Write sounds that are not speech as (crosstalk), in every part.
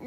的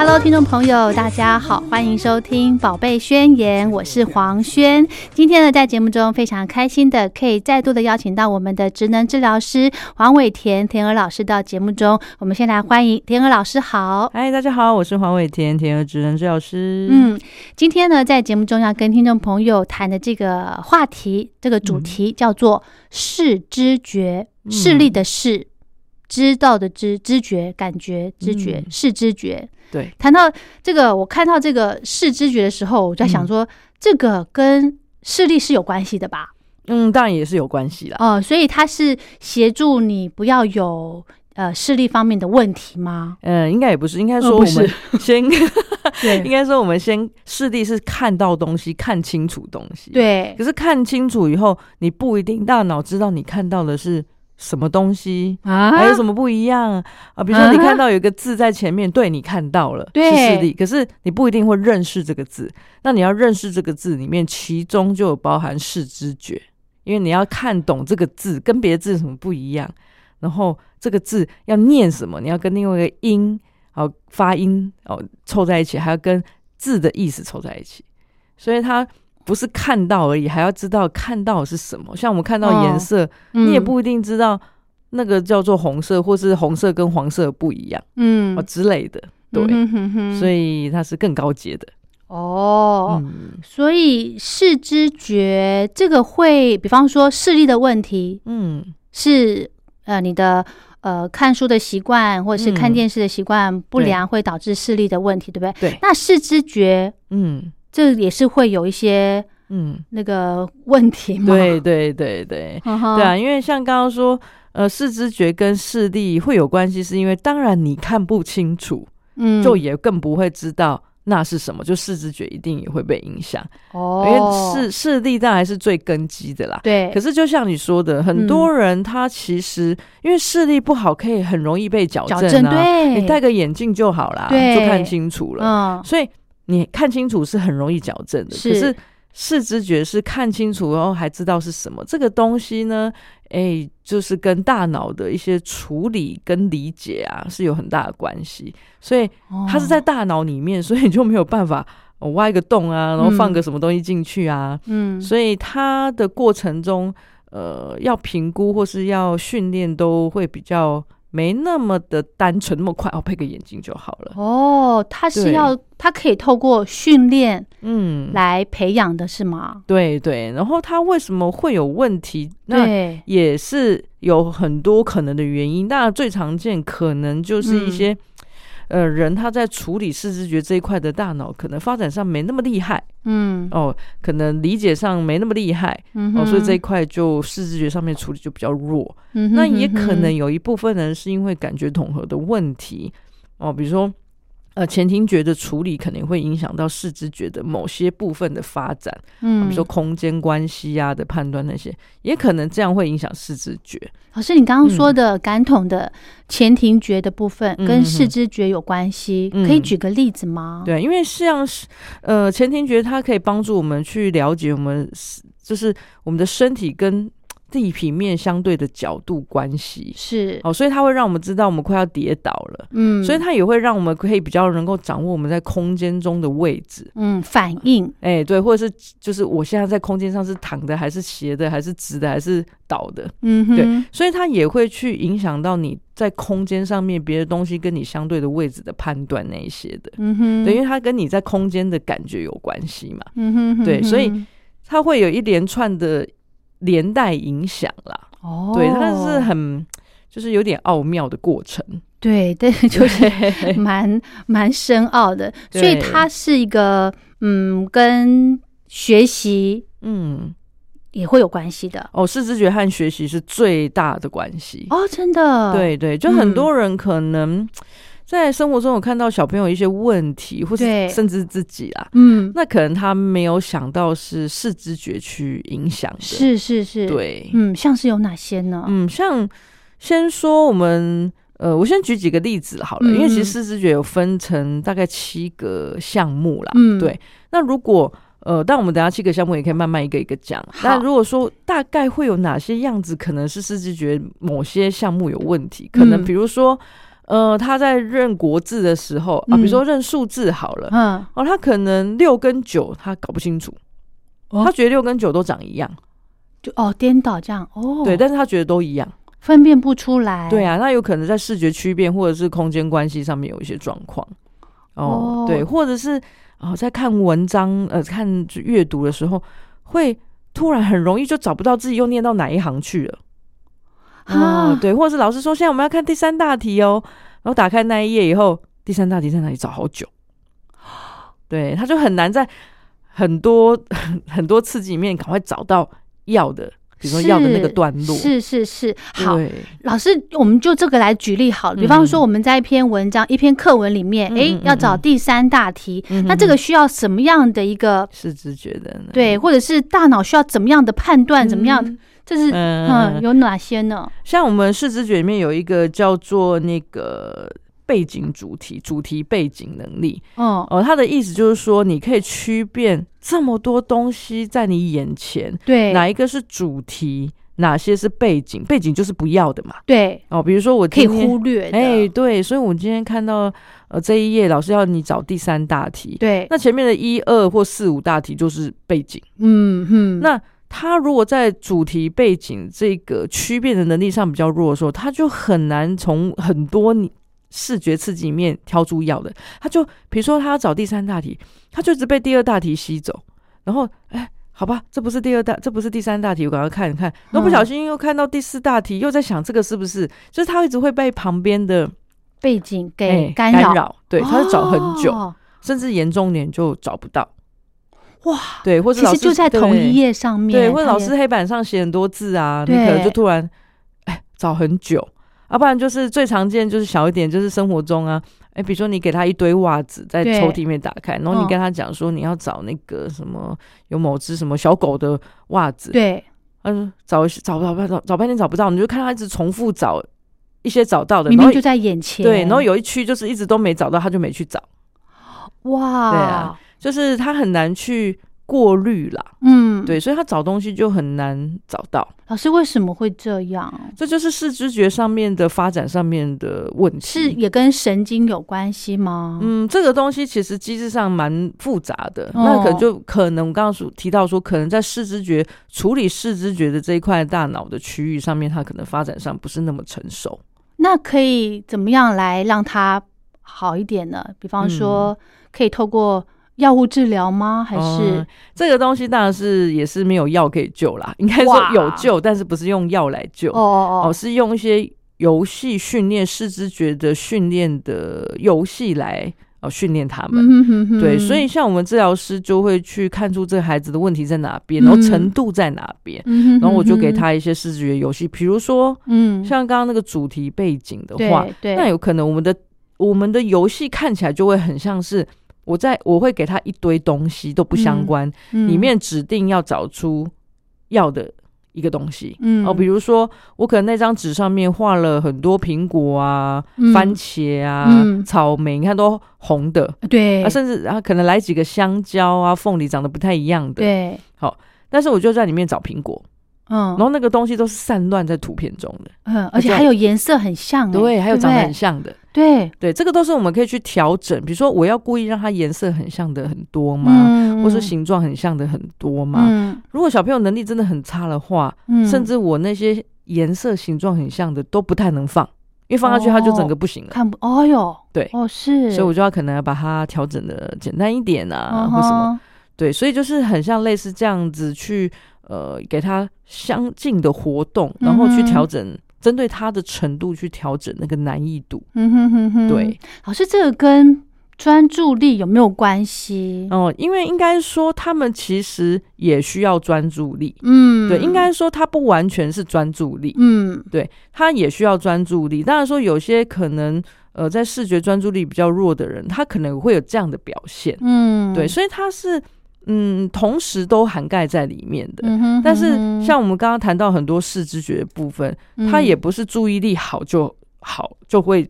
Hello，听众朋友，大家好，欢迎收听《宝贝宣言》，我是黄轩。今天呢，在节目中非常开心的，可以再度的邀请到我们的职能治疗师黄伟田田娥老师到节目中。我们先来欢迎田娥老师，好。嗨，大家好，我是黄伟田，田儿职能治疗师。，嗯，今天呢，在节目中要跟听众朋友谈的这个话题，这个主嗯题叫做视知觉，视力的视，知道的知，知觉、感觉、知觉、嗯视知觉。对，谈到这个，我看到这个视知觉的时候，我就在嗯想说，这个跟视力是有关系的吧？嗯，当然也是有关系啦。哦、所以它是协助你不要有呃视力方面的问题 (laughs) 吗？呃，应该也不是，应该呃说我不是们 (laughs) 先， (laughs) 应对该说我们先视力是看到东西，看清楚东西。，对可是看清楚以后，你不一定大脑知道你看到的是什么东西，啊还有什么不一样啊？比如说啊你看到有一个字在前面，对你看到了，对是视力，可是你不一定会认识这个字。那你要认识这个字里面，其中就有包含视知觉，因为你要看懂这个字跟别的字有什么不一样，然后这个字要念什么，你要跟另外一个音哦发音哦凑在一起，还要跟字的意思凑在一起，所以它。不是看到而已，还要知道看到是什么。像我们看到哦颜色，嗯你也不一定知道那个叫做红色，或是红色跟黄色不一样、嗯哦之类的。对，嗯哼哼哼所以它是更高阶的。哦。嗯所以视知觉这个会，比方说视力的问题嗯，是呃你的呃看书的习惯或者是看嗯电视的习惯不良，会导致视力的问题，对不对？对，那视知觉嗯这也是会有一些嗯，那个 (laughs) 问题吗？ (laughs) 嗯对，对对对、呵呵对啊，因为像刚刚说，呃，视知觉跟视力会有关系，是因为当然你看不清楚，嗯就也更不会知道。那是什么？就视知觉一定也会被影响，因哦，为视视力当然是最根基的啦。对，可是就像你说的，很多人他其实、因为视力不好，可以很容易被矫矫正正啊。对，你戴个眼镜就好啦，对就看清楚了。嗯所以你看清楚是很容易矫正的。是可是视知觉是看清楚，然后还知道是什么。这个东西呢，哎、就是跟大脑的一些处理跟理解啊是有很大的关系。所以它是哦在大脑里面，所以你就没有办法。哦挖一个洞啊，然后放个什么东西进去啊，嗯所以它的过程中，呃，要评估或是要训练都会比较没那么的单纯，那么快哦，配个眼镜就好了。哦，它是对要它可以透过训练嗯，来培养的是吗？对对。然后它为什么会有问题？那对，也是有很多可能的原因。那最常见可能就是一嗯些、呃人他在处理视知觉这一块的大脑可能发展上没那么厉害嗯哦，可能理解上没那么厉害嗯哦，哼，所以这一块就视知觉上面处理就比较弱。嗯哼那也可能嗯有一部分人是因为感觉统合的问题哦，比如说呃前庭觉的处理可能会影响到视知觉的某些部分的发展，啊哼比嗯，如说空间关系啊的判断那些，也可能这样会影响视知觉。老师，你刚刚说的感统的前庭觉的部分嗯跟嗯视知觉有关系，嗯可以举个例子吗？对，因为像是呃前庭觉它可以帮助我们去了解我们就是我们的身体跟地平面相对的角度关系。哦是，好，所以它会让我们知道我们快要跌倒了，嗯，所以它也会让我们可以比较能够掌握我们在空间中的位置。嗯，反应哎、对，或者是就是我现在在空间上是躺的，还是斜的，还是直的，还是倒的？嗯哼，对，所以它也会去影响到你在空间上面别的东西跟你相对的位置的判断那一些的，嗯哼，对，因为它跟你在空间的感觉有关系嘛，嗯哼，嗯哼，对所以它会有一连串的连带影响啦，哦，对，它是很就是有点奥妙的过程，对，对，就是对蛮蛮深奥的，所以对它是一个嗯，跟学习嗯，也会有关系的哦，视知觉和学习是最大的关系，哦，真的，，对对，就很嗯多人可能在生活中有看到小朋友一些问题，或对是甚至自己啦，嗯，那可能他没有想到是视知觉去影响的，是是是，，对，嗯，像是有哪些呢？嗯，像先说我们。呃，我先举几个例子好了，嗯因为其实嗯视知觉有分成大概七个项目啦。嗯对。那如果呃，但我们等一下七个项目也可以慢慢一个一个讲。好那如果说大概会有哪些样子，可能是视知觉某些项目有问题，可能嗯比如说，呃，他在认国字的时候啊，比如说认数字好了，嗯，哦，他可能六跟九他搞不清楚，哦他觉得六跟九都长一样，就哦颠倒这样哦，对，但是他觉得都一样，分辨不出来，对，啊，那有可能在视觉区变或者是空间关系上面有一些状况，哦哦，对，或者是哦，在看文章呃看阅读的时候，会突然很容易就找不到自己又念到哪一行去了，啊哦，对，或者是老师说现在我们要看第三大题哦，然后打开那一页以后，第三大题在哪里找好久，对，他就很难在很多很多刺激里面赶快找到要的，比如说要的那个是段落，是是是，好，对，老师，我们就这个来举例好了。比方说，嗯我们在一篇文章、一篇课文里面，嗯诶，嗯要找嗯第三大题，嗯那这个需要什么样的一个是直觉的能力，对，或者是大脑需要怎么样的判断，怎么样？嗯这是嗯嗯，有哪些呢？像我们视知觉里面有一个叫做那个背景主题、主题背景能力嗯，哦，它的意思就是说，你可以区辨这么多东西在你眼前，对，哪一个是主题，哪些是背景，背景就是不要的嘛。对，哦，比如说我可以今天忽略的，哎、对，所以我今天看到呃这一页老师要你找第三大题，对，那前面的一二或四五大题就是背景。嗯嗯，那他如果在主题背景这个区别的能力上比较弱的时候，他就很难从很多你视觉刺激里面挑出要的。他就比如说他要找第三大题，他就一直被第二大题吸走，然后哎。好吧，这不是第二大，这不是第三大题，我赶快看一看。然后嗯不小心又看到第四大题，又在想这个是不是？就是他一直会被旁边的背景哎给干扰，对，他就找很久，哦甚至严重点就找不到。哇，对，或者其实就在同一页。页上面，对，或者它老也师黑板上写很多字啊，你对可能就突然哎找很久，啊要不然就是最常见就是小一点，就是生活中啊，哎，比如说你给他一堆袜子在对抽屉里面打开，然嗯后你跟他讲说你要找那个什么有某只什么小狗的袜子，，对，他说找找找找找半天找不到，你就看他一直重复找一些找到的，明然明后就在眼前，对，然后有一区就是一直都没找到，他就没去找，哇，对啊，就是他很难去过滤啦，嗯，对，所以他找东西就很难找到。老师为什么会这样？这就是视知觉上面的发展上面的问题。是，也跟神经有关系吗？嗯，这个东西其实机制上蛮复杂的。哦那可能就可能我刚刚说提到说，可能在视知觉处理视知觉的这一块大脑的区域上面，它可能发展上不是那么成熟。那可以怎么样来让它好一点呢？比嗯方说，可以透过药物治疗吗？还哎是嗯这个东西当然是也是没有药可以救啦，应该说哇有救，但是不是用药来救哦哦哦，是用一些游戏训练视知觉的训练的游戏来哦训练他们。嗯哼哼哼对，所以像我们治疗师就会去看出这个孩子的问题在哪边，然后嗯程度在哪边，嗯哼哼哼然后我就给他一些视觉游戏，比如说嗯像刚刚那个主题背景的话，对对那有可能我们的我们的游戏看起来就会很像是我在我会给他一堆东西都不相关，嗯里面指定要找出要的一个东西。嗯哦，比如说我可能那张纸上面画了很多苹果啊、嗯番茄啊、嗯草莓，你看都红的，对啊，甚至啊，可能来几个香蕉啊、凤梨长得不太一样的，对但是我就在里面找苹果，嗯然后那个东西都是散乱在图片中的，嗯，而且还有颜色很像、欸，对，还有不长得很像的，对，对，这个都是我们可以去调整。比如说，我要故意让它颜色很像的很多吗？嗯或是形状很像的很多吗？嗯如果小朋友能力真的很差的话，嗯甚至我那些颜色、形状很像的都不太能放，因为放下去它就整个不行了。看不，哦哟，对哦是，所以我就要可能要把它调整的简单一点啊，或什么。嗯哼对，所以就是很像类似这样子去呃给他相近的活动，然后去嗯哼调整。针对它的程度去调整那个难易度，嗯哼哼哼，对，，老师这个跟专注力有没有关系？哦、因为应该说他们其实也需要专注力，嗯，对，应，该说它不完全是专注力，嗯对，他也需要专注力。当然说有些可能呃在视觉专注力比较弱的人，他可能会有这样的表现，嗯，对，所以他是嗯同时都涵盖在里面的。嗯哼，但是嗯哼像我们刚刚谈到很多视知觉的部分，嗯他也不是注意力好就好就会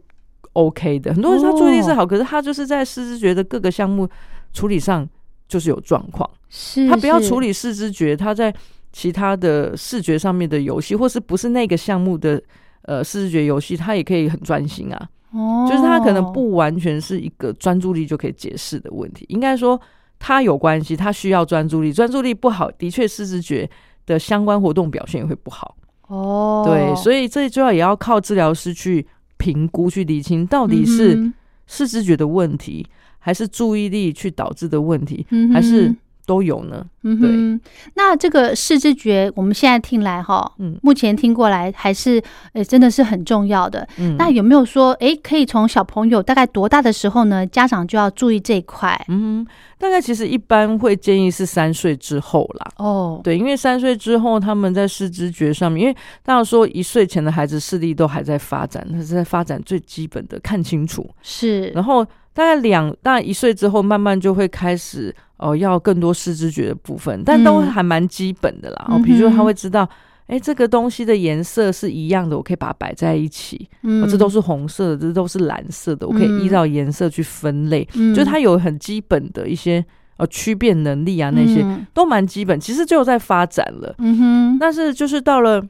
OK 的。很多人他注意力哦是好，可是他就是在视知觉的各个项目处理上就是有状况。是他不要嗯是处理视知觉，他在其他的视觉上面的游戏，或是不是那个项目的呃视知觉游戏，他也可以很专心啊。哦，就是他可能不完全是一个专注力就可以解释的问题，应该说他有关系，他需要专注力，专注力不好，的确视知觉的相关活动表现也会不好。哦，对，以所以这就要也要靠治疗师去评估、去理清到底是嗯视知觉的问题，还是注意力去导致的问题，嗯哼还是都有呢？嗯对哼，那这个视知觉，我们现在听来哈，嗯目前听过来还是，呃，真的是很重要的。嗯，那有没有说，诶，可以从小朋友大概多大的时候呢，家长就要注意这一块？嗯，大概其实一般会建议是三岁之后啦。哦，对，因为三岁之后，他们在视知觉上面，因为大家说一岁前的孩子视力都还在发展，他是在发展最基本的看清楚。是，然后大概两大一岁之后，慢慢就会开始哦、呃要更多视知觉的部分，但都嗯还蛮基本的啦。哦，嗯比如说哼他会知道。哎，这个东西的颜色是一样的，我可以把它摆在一起。哦嗯这都是红色的，这都是蓝色的，我可以嗯依照颜色去分类。嗯就他有很基本的一些呃区辨能力啊，那些、嗯都蛮基本，其实就有在发展了。嗯哼，但是就是到了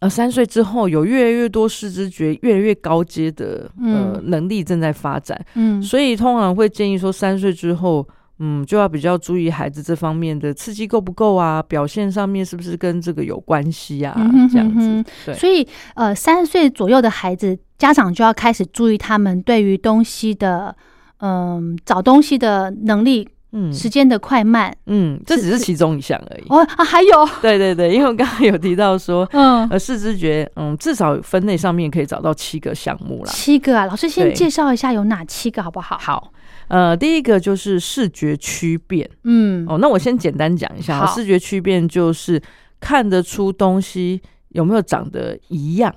呃三岁之后，有越来越多视知觉越来越高阶的呃嗯能力正在发展，嗯所以通常会建议说三岁之后。嗯，就要比较注意孩子这方面的刺激够不够啊，表现上面是不是跟这个有关系啊？嗯哼这样嗯子哼，对所以呃，三岁左右的孩子，家长就要开始注意他们对于东西的，嗯、找东西的能力、嗯时间的快慢。嗯，这是只是是其中一项而已。哦啊，还有，对对对，因为我刚刚有提到说，嗯，呃，视知觉，嗯，至少分类上面可以找到七个项目啦。七个啊，老师先对介绍一下有哪七个好不好？好，呃，第一个就是视觉区辨嗯，哦。那我先简单讲一下哦，好视觉区辨就是看得出东西有没有长得一样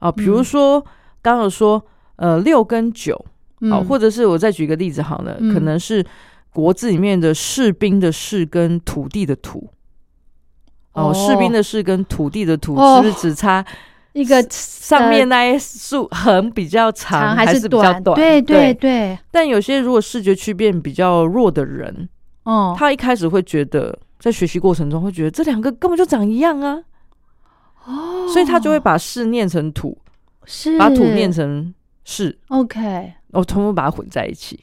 哦。比如嗯说，刚刚有说，呃，六跟九哦，嗯或者是我再举个例子好了，嗯可能是国字里面的士兵的士跟土地的土。哦，哦士兵的士跟土地的土哦是不是只差一个呃上面那一竖横比较长长还是比较短？短？对对对，但有些如果视觉区辨比较弱的人，哦，他一开始会觉得，在学习过程中会觉得这两个根本就长一样啊，哦所以他就会把士念成土，是把土念成士， OK，哦，全部把它混在一起，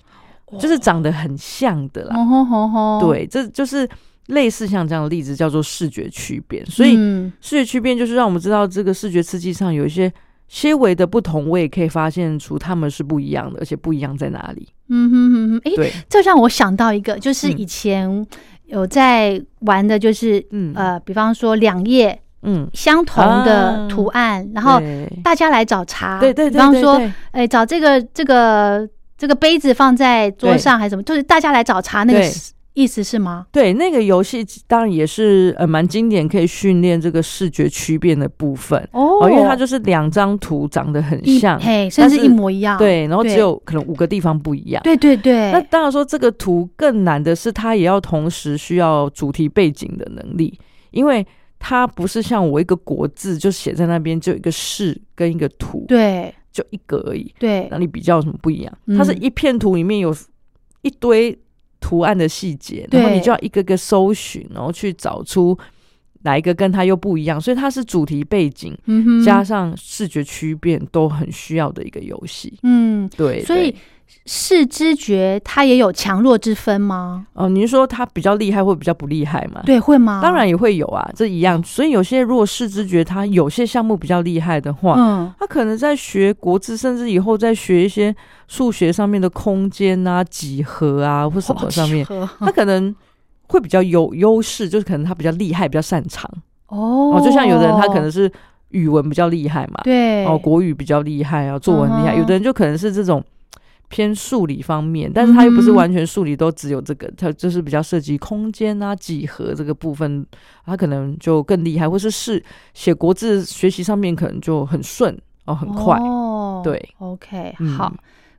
就是长得很像的啦。哦吼吼吼，，对，这就是类似像这样的例子，叫做视觉区辨。所以嗯视觉区辨就是让我们知道这个视觉刺激上有一些。些微的不同，我也可以发现出他们是不一样的，而且不一样在哪里？嗯哼哼哼，诶，对，这让我想到一个，就是嗯以前有在玩的，就是、嗯呃，比方说两页嗯，相同的啊图案，然后对大家来找茬，对对对，啊比方对说，对哎，找这个这个这个杯子放在桌上还是什么，就是大家来找茬那个对是意思是吗？对，那个游戏当然也是呃蛮经典，可以训练这个视觉区辨的部分哦因为它就是两张图长得很一像，嘿，甚但至是一模一样，对，然后只对有可能五个地方不一样。对对对，那当然说这个图更难的是，它也要同时需要主题背景的能力，因为它不是像我一个国字就写在那边，就一个是跟一个图，，对就一个而已，对那，你比较有什么不一样？它是嗯一片图里面有一堆图案的细节，然后对你就要一个个搜寻，然后去找出哪一个跟它又不一样，所以它是主题背景嗯哼，加上视觉区变都很需要的一个游戏。嗯，对，所以对视知觉它也有强弱之分吗？哦，您说它比较厉害或比较不厉害嘛？对，会吗？呃当，然也会有啊，这一样。所以有些如果视知觉它有些项目比较厉害的话，嗯，他可能在学国字，甚至以后在学一些数学上面的空间啊、几何啊或什么上面，好奇他可能会比较有优势，就是可能他比较厉害、比较擅长哦哦。就像有的人他可能是语文比较厉害嘛，对哦，国语比较厉害啊，作文厉害；嗯哼嗯有的人就可能是这种偏数理方面，但是他又不是完全数理都只有这个，他就是比较涉及空间啊、几何这个部分，他可能就更厉害，或是是写国字学习上面可能就很顺哦，很快。哦对，OK，嗯好，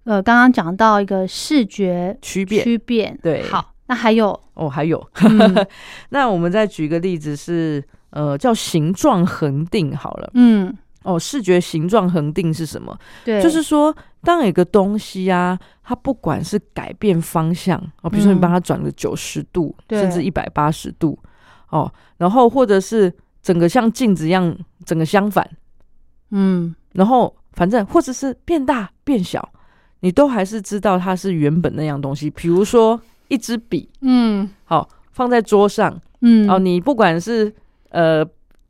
呃，刚刚讲到一个视觉区别区别，对好，那还有，哦，还有，嗯 (laughs) 那我们再举一个例子是，呃，叫形状恒定好了。嗯，哦，视觉形状恒定是什么？对，就是说，当有一个东西啊，它不管是改变方向哦，比如说你嗯帮它转个九十度，对甚至一百八十度哦，然后或者是整个像镜子一样，整个相反，嗯，然后反正或者是变大变小，你都还是知道它是原本那样东西。比如说一支笔，嗯好、放在桌上，嗯，哦，你不管是呃，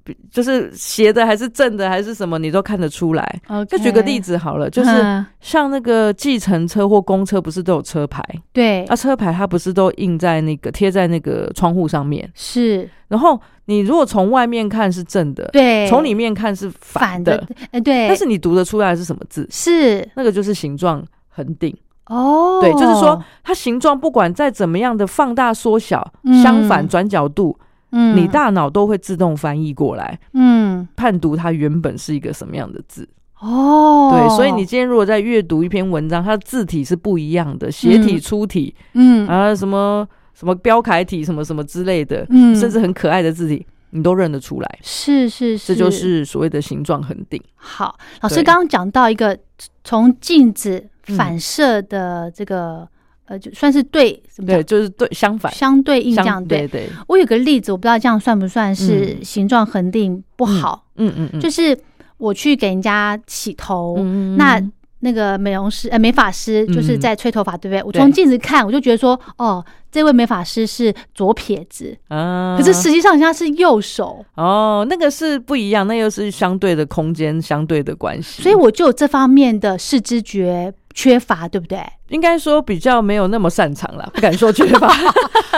比就是斜的还是正的还是什么，你都看得出来。 OK，就举个例子好了，就是嗯像那个计程车或公车，不是都有车牌？对啊，，车牌它不是都印在那个贴在那个窗户上面？是，然后你如果从外面看是正的，对，从里面看是反反的，哎，对，但是你读得出来是什么字？是那个就是形状恒定。哦，对，就是说，它形状不管再怎么样的放大、缩小、嗯相反、转角度，嗯，你，大脑都会自动翻译过来。嗯，判读它原本是一个什么样的字。哦，对，所以你今天如果在阅读一篇文章，它的字体是不一样的，斜体、粗体，嗯啊、什么什么标楷体，什么什么之类的，嗯，甚至很可爱的字体，你都认得出来。是是是，这就是所谓的形状恒定。好。老师对刚刚讲到一个从镜子嗯反射的这个，呃，就算是对怎么对，讲？就是对相反，相对应这样相对对，对，我有个例子，我不知道这样算不算是嗯形状恒定不好，嗯嗯嗯，就是是我去给人家洗头，嗯那那个美容师呃美发师就是嗯在吹头发，对不对？我对从镜子看，我就觉得说，哦，这位美发师是左撇子，啊可是实际上人家是右手，哦，那个是不一样，那又是相对的空间，相对的关系。所以我就有这方面的视知觉缺乏，对不 (laughs) 对？应该说比较没有那么擅长啦，不敢说缺 (laughs) 乏。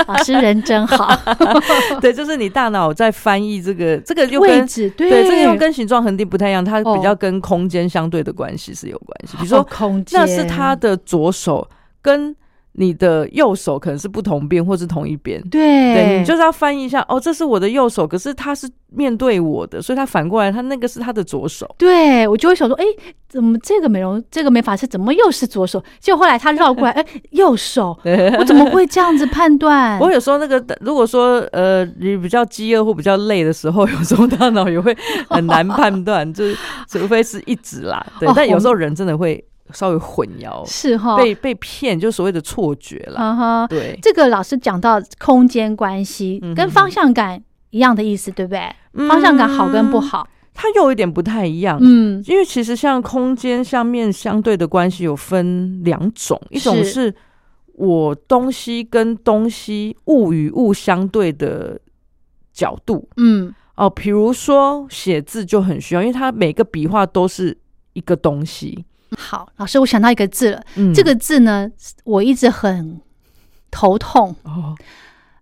老师人真 (laughs) 好，对，就是你大脑在翻译这个，这个又位跟置对对这个又跟形状恒定不太一样，它哦比较跟空间相对的关系是有关系。比如哦说，空间，那是他的左手跟你的右手可能是不同边或是同一边。对，对，你就是要翻译一下哦，这是我的右手，可是他是面对我的，所以他反过来，他那个是他的左手。对我就会想说，哎，怎么这个美容这个美发师怎么又是左手？结果后来他绕过来，哎，右手，我怎么会这样子判断？ (laughs) 我有时候那个，如果说呃，你比较饥饿或比较累的时候，有时候大脑也会很难判断，就是除非是一直啦，对哦。但有时候人真的会稍微混淆，是哈，被被骗，就所谓的错觉啦。哦嗯哼，对，这个老师讲到空间关系嗯哼跟方向感一样的意思，对不对？方向感好跟不嗯，好，它又有一点不太一样。嗯，因为其实像空间上面相对的关系有分两种，一种是我东西跟东西物与物相对的角度，嗯，哦，比如说写字就很需要，因为它每个笔画都是一个东西。好，老师，我想到一个字了，嗯这个字呢，我一直很头痛，哦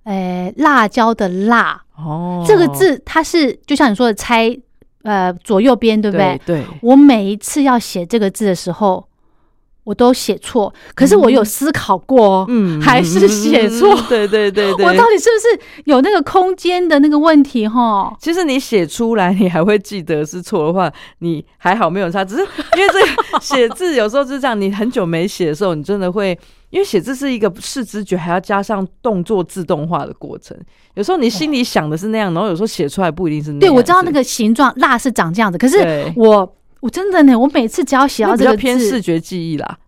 呃，辣椒的辣，哦，这个字它是就像你说的拆，呃，左右边，对不对？对对我每一次要写这个字的时候，我都写错，可是我有思考过哦，嗯还是写错。嗯对对对对，我到底是不是有那个空间的那个问题？哈，其实你写出来，你还会记得是错的话，你还好没有差。只是因为这 (laughs) 个写字有时候就是这样，你很久没写的时候，你真的会，因为写字是一个视知觉，还要加上动作自动化的过程。有时候你心里想的是那样，然后有时候写出来不一定是那样子。对我知道那个形状辣是长这样子，可是对我我真的呢，我每次只要写那到比这较个偏字视，觉记忆啦。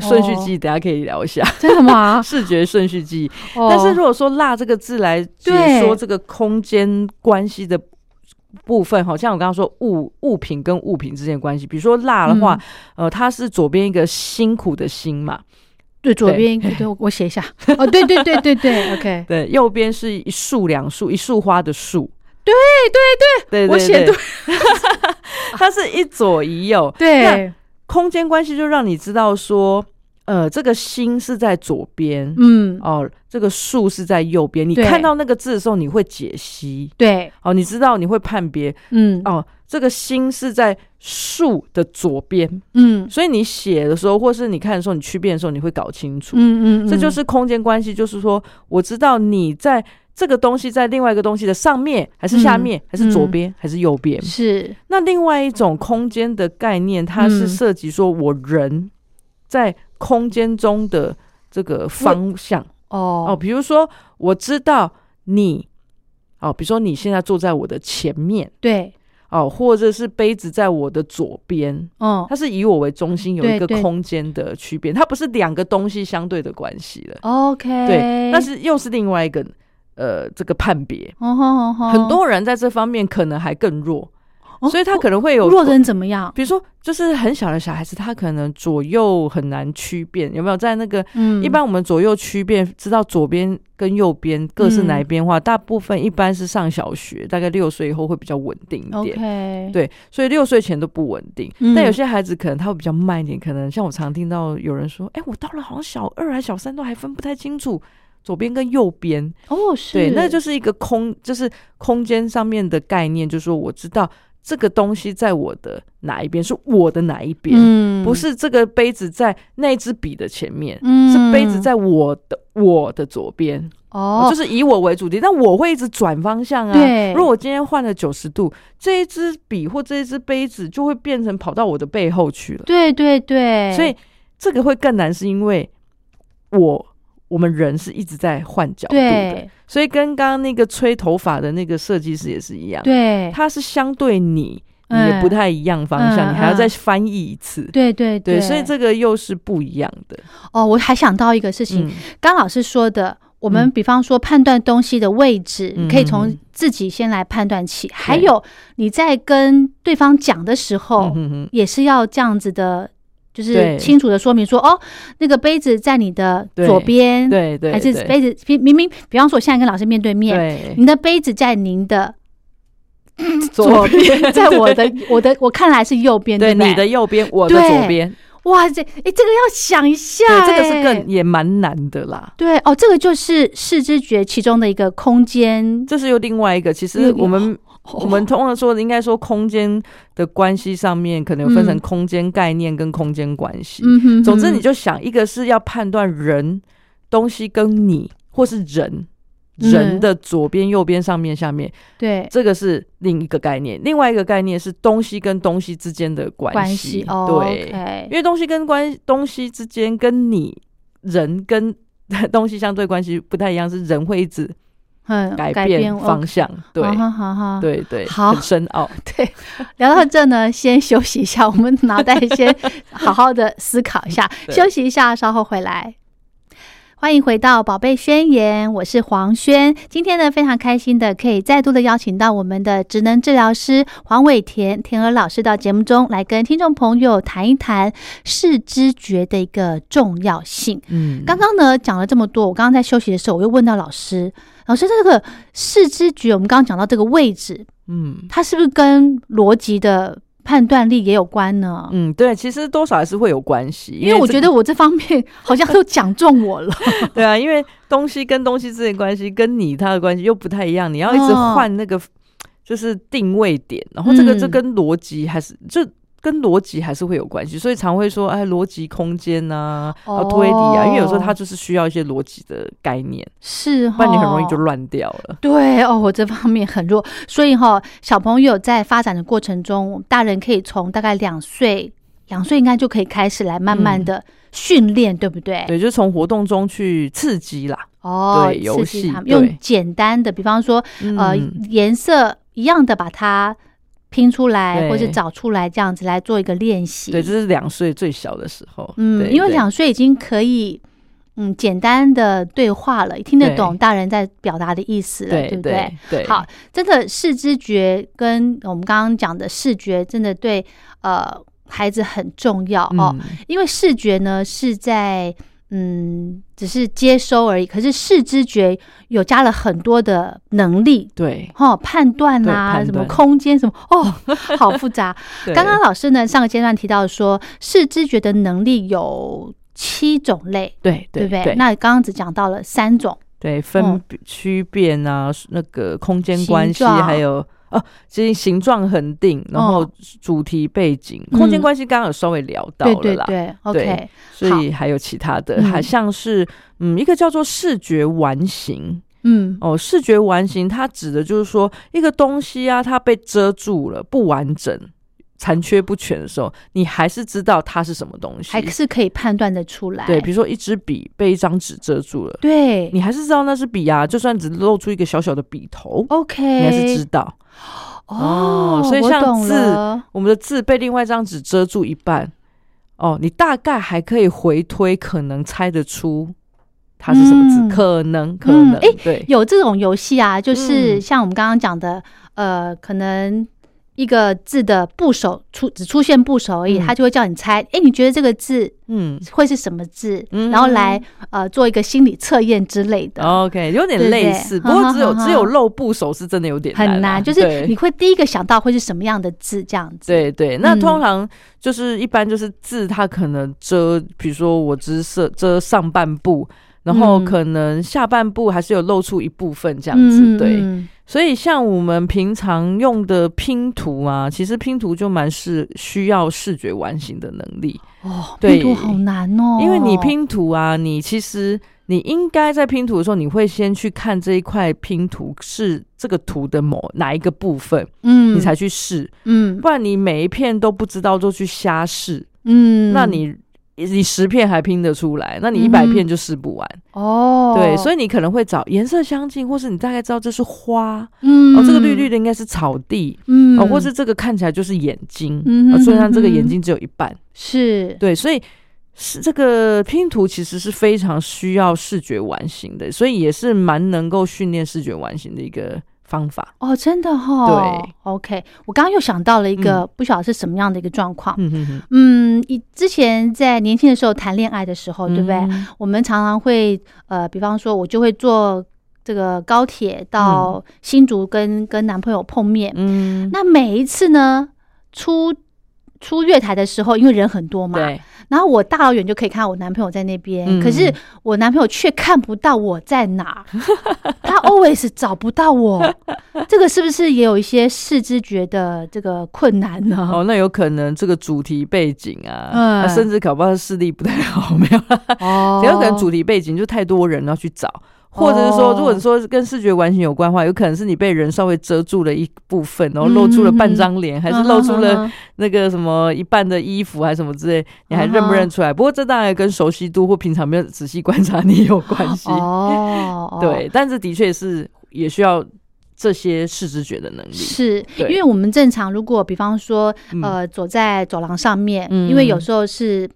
顺序哦记忆，等下可以聊一下真的吗？视 (laughs) 觉顺序记忆。哦 (laughs) 但是如果说“辣”这个字来解说对这个空间关系的部分，好像我刚刚说物物品跟物品之间的关系，比如说辣的话，嗯呃，它是左边一个辛苦的辛嘛，对左对边一个，对我我写一下。哦，对对对对 (laughs) 对，OK，对，右边是一束两束一束花的束，对对对对对，我写对 (laughs) 它是一左一右， (laughs) 对，空间关系就让你知道说，呃，这个心是在左边，嗯，哦，这个树是在右边。你对看到那个字的时候，你会解析，对，哦，你知道你会判别，嗯哦，这个心是在树的左边，嗯所以你写的时候，或是你看的时候，你区别的时候，你会搞清楚。嗯嗯，这就嗯是空间关系，就是说，我知道你在这个东西在另外一个东西的上面，还是下嗯面，还是左嗯边，还是右边。是那另外一种空间的概念，它是嗯涉及说我人在空间中的这个方向哦，哦比如说我知道你哦，比如说你现在坐在我的前面对，哦，或者是杯子在我的左边，哦它是以我为中心有对一个对空间的区别，它不是两个东西相对的关系了， ，OK，哎对，那是又是另外一个呃这个判别。哦吼吼吼很多人在这方面可能还更弱，哦所以他可能会有弱的人怎么样？比如说，就是很小的小孩子，他可能左右很难区辨，有没有在那个？嗯，一般我们左右区辨，知道左边跟右边各是嗯哪一边的话，大部分一般是上小学，大概六岁以后会比较稳定一点。 OK，对，所以六岁前都不稳定。嗯但有些孩子可能他会比较慢一点，可能像我常听到有人说：“哎、我到了好像小二还小三都还分不太清楚左边跟右边。”哦是，对，那就是一个空，就是空间上面的概念，就是说我知道这个东西在我的哪一边，是我的哪一边，嗯不是这个杯子在那支笔的前面，嗯是杯子在我的我的左边，哦，就是以我为主题，但我会一直转方向啊。对如果我今天换了九十度，这一支笔或这一支杯子就会变成跑到我的背后去了，对对对，所以这个会更难，是因为我。我们人是一直在换角度的，对所以跟刚刚那个吹头发的那个设计师也是一样，对它是相对你，你嗯也不太一样方嗯向，你还要再翻译一次。对对对，所以这个又是不一样的。哦，我还想到一个事情，嗯，刚老师说的，我们嗯比方说判断东西的位置，嗯可以从自己先来判断起。还有你在跟对方讲的时候，嗯哼哼也是要这样子的，就是对清楚的说明说，哦，那个杯子在你的对左边，，嗯对对，还是对杯子明明明，比方说我现在跟老师面对面，对您的杯子在您的左边， (laughs) 在我的我的我看来是右边，对不对你的右边，我的对左边，哇塞，哎，这个要想一下对，，这哎个是更也蛮难的啦。对哦，这个就是视知觉其中的一个空间，这是又另外一个，其又实我们哦我们通常说的，应该说空间的关系上面，可能有分成嗯空间概念跟空间关系。嗯哼哼总之，你就想，一个是要判断人、东西跟你，或是人，嗯人的左边、右边、上面、下面，对这个是另一个概念。另外一个概念是东西跟东西之间的关关系。系哦，对 o k 因为东西跟关东西之间，跟你人跟 (laughs) 东西相对关系不太一样，是人会一直嗯，改改啊变方，OK 向。对好好好好，对对，好很深奥。对，聊到这呢，先休息一下，我们脑袋先好好的思考一下， (laughs) 对休息一下，稍后回来。欢迎回到《宝贝宣言》，我是黄轩。今天呢，非常开心的可以再度的邀请到我们的职能治疗师黄伟田田娥老师到节目中来跟听众朋友谈一谈视知觉的一个重要性。嗯，刚刚呢讲了这么多，我刚刚在休息的时候，我又问到老师，老师这个视知觉，我们刚刚讲到这个位置，嗯。它是不是跟逻辑的判断力也有关呢？嗯，对，其实多少还是会有关系，因为我这觉个得我这方面好像都讲中我 (laughs) 了。对啊，因为东西跟东西之间的关系跟你他的关系又不太一样，你要一直哦换那个、就是定位点，然后这个嗯这跟逻辑还是、就。跟逻辑还是会有关系，所以常会说，哎，逻辑空间呐、啊，哦然后推理啊，因为有时候它就是需要一些逻辑的概念，是不哈，然你很容易就乱掉了。对哦，我这方面很弱，所以哈、小朋友在发展的过程中，大人可以从大概两岁，两岁应该就可以开始来慢慢的训练，对不对？嗯对，就是从活动中去刺激啦。哦，对游刺激戏他们对用简单的，比方说呃嗯颜色一样的把它拼出来对或者找出来，这样子来做一个练习。对，这是两岁最小的时候，嗯，对因为对两岁已经可以嗯简单的对话了，听得对懂大人在表达的意思了，对不对对？对，好，真的视知觉跟呃我们刚刚讲的视觉，真的对呃孩子很重要哦，嗯因为视觉呢是在嗯只是接收而已，可是视知觉有加了很多的能力。对，哦，判断对啊，判什么断空间什么，哦，好复杂。对刚刚老师呢上个阶段提到说，视知觉的能力有七种类，对对对不对？那刚刚只讲到了三种，对嗯分别区辨啊，那个空间形关系，状还有哦，其实形状恒定，然后哦主题背景，空间嗯关系刚刚有稍微聊到对了对啦，对，OK，所以还有其他的，嗯还像是嗯，一个叫做视觉完形嗯哦，视觉完形它指的就是说一个东西啊，它被遮住了，不完整。残缺不全的时候，你还是知道它是什么东西。还是哎可以判断的出来，对，比如说一支笔被一张纸遮住了，对你还是知道那支笔啊，就算只露出一个小小的笔头， ，OK，你还是知道。哦，所以我像懂字了我们的字被另外一张纸遮住一半，哦，你大概还可以回推，可能猜得出它是什么字，嗯可能可能，诶对有这种游戏啊，就是嗯像我们刚刚讲的，呃，可能一个字的部首出只出现部首而已，嗯它就会叫你猜，哎，你觉得这个字嗯会是什么字？嗯哦然后来呃做一个心理测验之类的。 ，OK，有点对不对类似，不过只有哈哈哈哈只有露部首是真的有点难啊，很难，就对是你会第一个想到会是什么样的字这样子。对对，那嗯通常就是一般就是字，它可能遮，比如说我只是遮上半部，然后嗯可能下半部还是有露出一部分这这样子。对，嗯所以像我们平常用的拼图啊，其实拼图就蛮是需要视觉完形的能力，哦，对拼图好难哦，因为你拼图啊，你其实。你应该在拼图的时候，你会先去看这一块拼图是这个图的某哪一个部分，嗯，你才去试，嗯不然你每一片都不知道就去瞎试，嗯，那你你十片还拼得出来，那你一嗯百哼片就试不完。哦，对，所以以你可能会找颜色相近，或是你大概知道这是花，嗯，哦，这个绿绿的应该是草地，嗯，哦，或是这个看起来就是眼睛，嗯哦哼虽然这个嗯哼眼睛只有一半，是对，所以。是这个拼图其实是非常需要视觉完形的，所以也是蛮能够训练视觉完形的一个方法。哦，真的哈、哦，对，OK，我刚刚又想到了一个、不晓得是什么样的一个状况，嗯哼哼，嗯，以之前在年轻的时候谈恋爱的时候，对不对？嗯我们常常会呃，比方说，我就会坐这个高铁到新竹跟、跟男朋友碰面。嗯，那每一次呢，出出月台的时候，因为人很多嘛，对，然后我大老远就可以看到我男朋友在那边，嗯可是我男朋友却看不到我在哪儿， (laughs) 他 always 找不到我。这个是不是也有一些视知觉的这个困难呢？哦，那有可能这个主题背景啊，嗯啊甚至搞不好视力不太好， (laughs) 没有啦，哦 (laughs) 也有可能主题背景就太多人要去找，或者是说，哦如果你说跟视觉完全有关的话，有可能是你被人稍微遮住了一部分，然后露出了嗯半张脸，还是露出了那个什么一半的衣服，还是什么之类，你还认嗯不认出来？不过这当然跟熟悉度或平常没有仔细观察 (laughs) 你有关系，哦，哦对，但是的确是也需要这些视知觉的能力，是因对为我们正常，如果比方说，嗯呃，走在走廊上面，嗯因为有时候是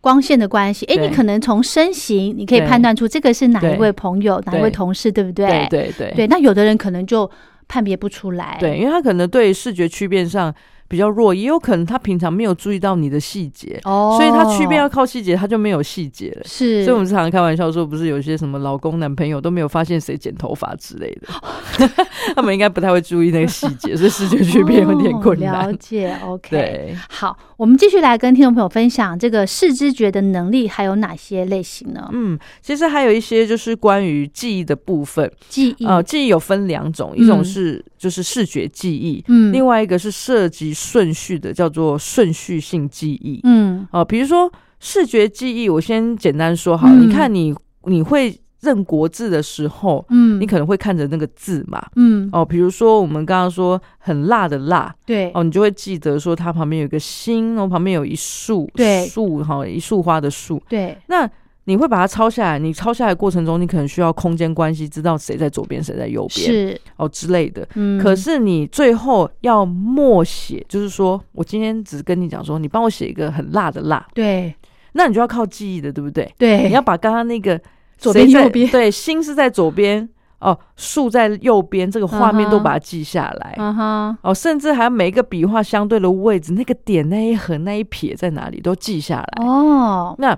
光线的关系，哎，对你可能从身形，你可以对判断出这个是哪对一位朋友、哪一位对同事，对不对？对对对对，那有的人可能就判别不出来。对，因为他可能对视觉区辨上比较弱，也有可能他平常没有注意到你的细节，哦，所以他区辨要靠细节，他就没有细节了。是，所以我们常常开玩笑说，不是有些什么老公、男朋友都没有发现谁剪头发之类的，哦 (laughs) 他们应该不太会注意那个细 (laughs) 节，所以视觉区辨有点困哦、难。了解，OK。对，好，我们继续来跟听众朋友分享这个视知觉的能力还有哪些类型呢？嗯，其实还有一些就是关于记忆的部分，记忆，呃，记忆有分两种，一种嗯是就是视觉记忆，嗯另外一个是涉及顺序的，叫做顺序性记忆。嗯哦，比如说视觉记忆，我先简单说好了。嗯你看你你会认国字的时候，嗯，你可能会看着那个字嘛。嗯，哦，比如说我们刚刚说很辣的辣，对，哦，你就会记得说哦它旁边有一个心，然后旁边有一束对树，哈、一束花的树。对，那你会把它抄下来。你抄下来的过程中，你可能需要空间关系，知道谁在左边，谁在右边，是，哦之类的。嗯，可是你最后要默写，就是说我今天只跟你讲说，你帮我写一个很辣的辣，对那你就要靠记忆的，对不对？对，你要把刚刚那个左边谁在右边对，心是在左边，哦，树在右边，这个画面都把它记下来。嗯哼，哦，甚至还有每一个笔画相对的位置，那个点、那一横、那一撇在哪里都记下来。哦，那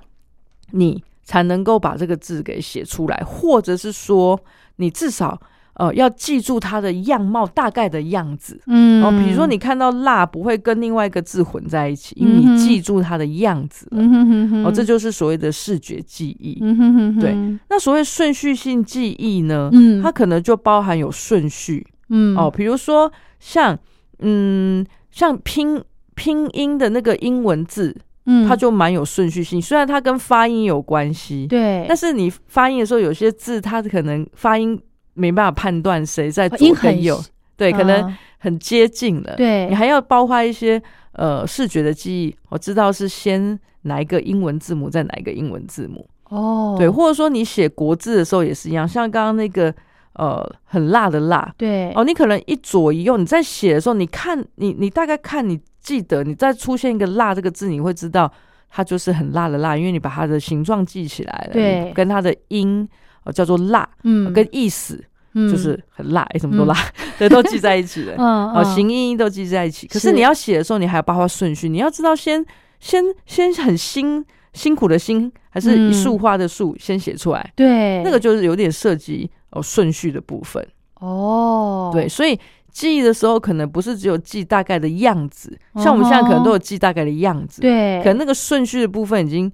你才能够把这个字给写出来，或者是说，你至少呃要记住它的样貌，大概的样子。嗯，哦，比如说你，看到“辣”不会跟另外一个字混在一起，因为嗯哼你记住它的样子了。嗯哼哼哼，哦，这，就是所谓的视觉记忆。嗯哼哼哼，对，那所谓顺序性记忆呢，嗯它可能就包含有顺序、嗯，哦，，比如说像嗯像拼拼音的那个英文字，嗯，它就蛮有顺序性，虽然它跟发音有关系，对，但是你发音的时候有些字它可能发音没办法判断谁在哦左音很跟右，细对，可能嗯很接近了，对你还要包括一些呃视觉的记忆，我知道是先哪一个英文字母在哪一个英文字母。哦，对，或者说你写国字的时候也是一样，像刚刚那个呃很辣的辣对，哦，你可能一左一右，你在写的时候，你看你你大概看你记得，你再出现一个辣这个字，你会知道它就是很辣的辣，因为你把它的形状记起来了，对你跟它的音呃叫做辣，嗯，跟意思嗯就是很辣，诶哎什么都辣， (laughs) 对，都记在一起了。 (laughs) 嗯哦，嗯形音义都记在一起。可是是你要写的时候，你还要包括顺序，你要知道先先先很辛辛苦的辛，还是嗯一束花的束、先写出来，对那个就是有点涉及哦顺序的部分。哦，对，所以记忆的时候，可能不是只有记大概的样子，像我们嗯哼现在可能都有记大概的样子，，对，可能那个顺序的部分已经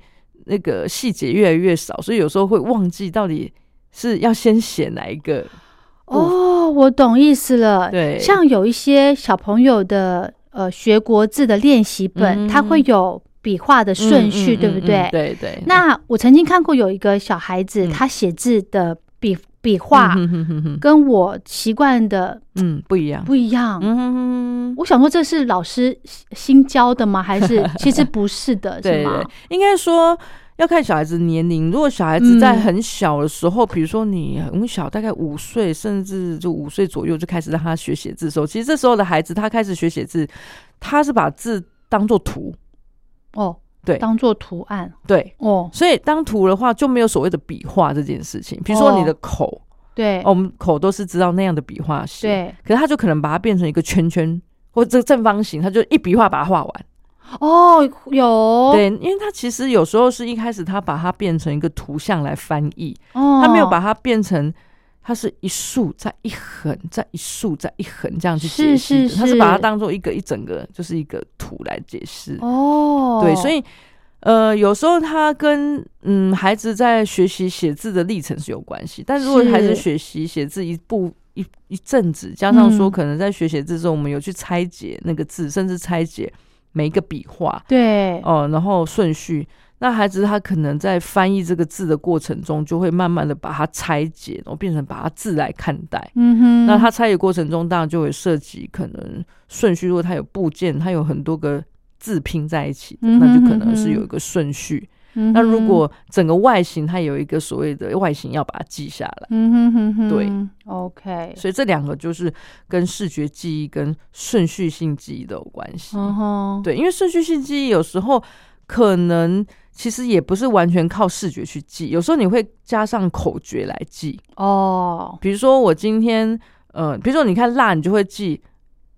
那个细节越来越少，所以有时候会忘记到底是要先写哪一个。哦，我懂意思了。对像有一些小朋友的呃学国字的练习本，嗯它会有笔画的顺序，嗯嗯对不嗯嗯对？对对。那我曾经看过有一个小孩子，嗯他写字的笔笔画嗯哼哼哼哼跟我习惯的嗯不一样，不一样。嗯，我想说，这是老师新新教的吗？还 (laughs) 是其实不是的，是对吗对？，应该说要看小孩子年龄。如果小孩子在嗯很小的时候，比如说你很小，大概五岁，甚至就五岁左右就开始让他学写字的时候，其实这时候的孩子他开始学写字，他是把字当做图，哦，对当做图案对。哦，所以当图的话就没有所谓的笔画这件事情，比如说你的口，对，哦，我们口都是知道那样的笔画写，。对，可是他就可能把它变成一个圈圈或者正方形，他就一笔画把它画完。哦，有，对，因为他其实有时候是一开始他把它变成一个图像来翻译，哦，他没有把它变成，它是一竖再一横再一竖再一横这样去解析是的，是他是把它是当做一个一整个就是一个图来解释。哦，对，所以呃，有时候他跟嗯孩子在学习写字的历程是有关系，但如果孩子是学习写字一步。一一阵子，加上说，嗯可能在学写字的时候，我们有去拆解那个字，甚至拆解每一个笔画，对，哦，然后顺序。那孩子他可能在翻译这个字的过程中，就会慢慢的把它拆解，然后变成把它字来看待。嗯哼，那他拆解过程中，当然就会涉及可能顺序，如果它有部件，它有很多个字拼在一起的，嗯那哼就可能嗯是哼有一个顺序。嗯哼，那如果整个外形，它有一个所谓的外形要把它记下来，嗯哼哼哼，对，OK，所以这两个就是跟视觉记忆跟顺序性记忆都有关系。嗯哼，对，因为顺序性记忆有时候可能其实也不是完全靠视觉去记，有时候你会加上口诀来记。哦，比如说我今天，呃，比如说你看辣，你就会记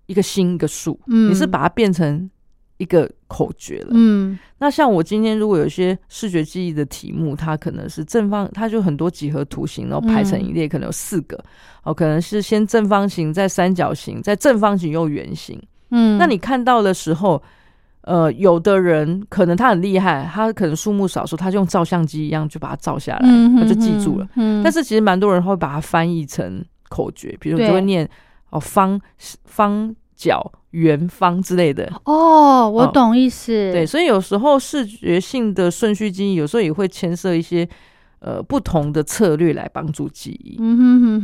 一个心一个数，嗯你是把它变成一个口诀了。嗯，那像我今天如果有一些视觉记忆的题目，它可能是正方，它就很多几何图形，然后排嗯成一列，可能有四个，哦，可能是先正方形，再三角形，再正方形又圆形。嗯，那你看到的时候，呃，有的人可能他很厉害，他可能数目少数，他就用照相机一样就把它照下来，嗯他哼就记住了。，嗯，但是是其实蛮多人会把它翻译成口诀，比如对你就会念哦方方角、圆方之类的。哦，我哦懂意思，对，所以有时候视觉性的顺序记忆有时候也会牵涉一些呃不同的策略来帮助记忆。嗯哼哼哼，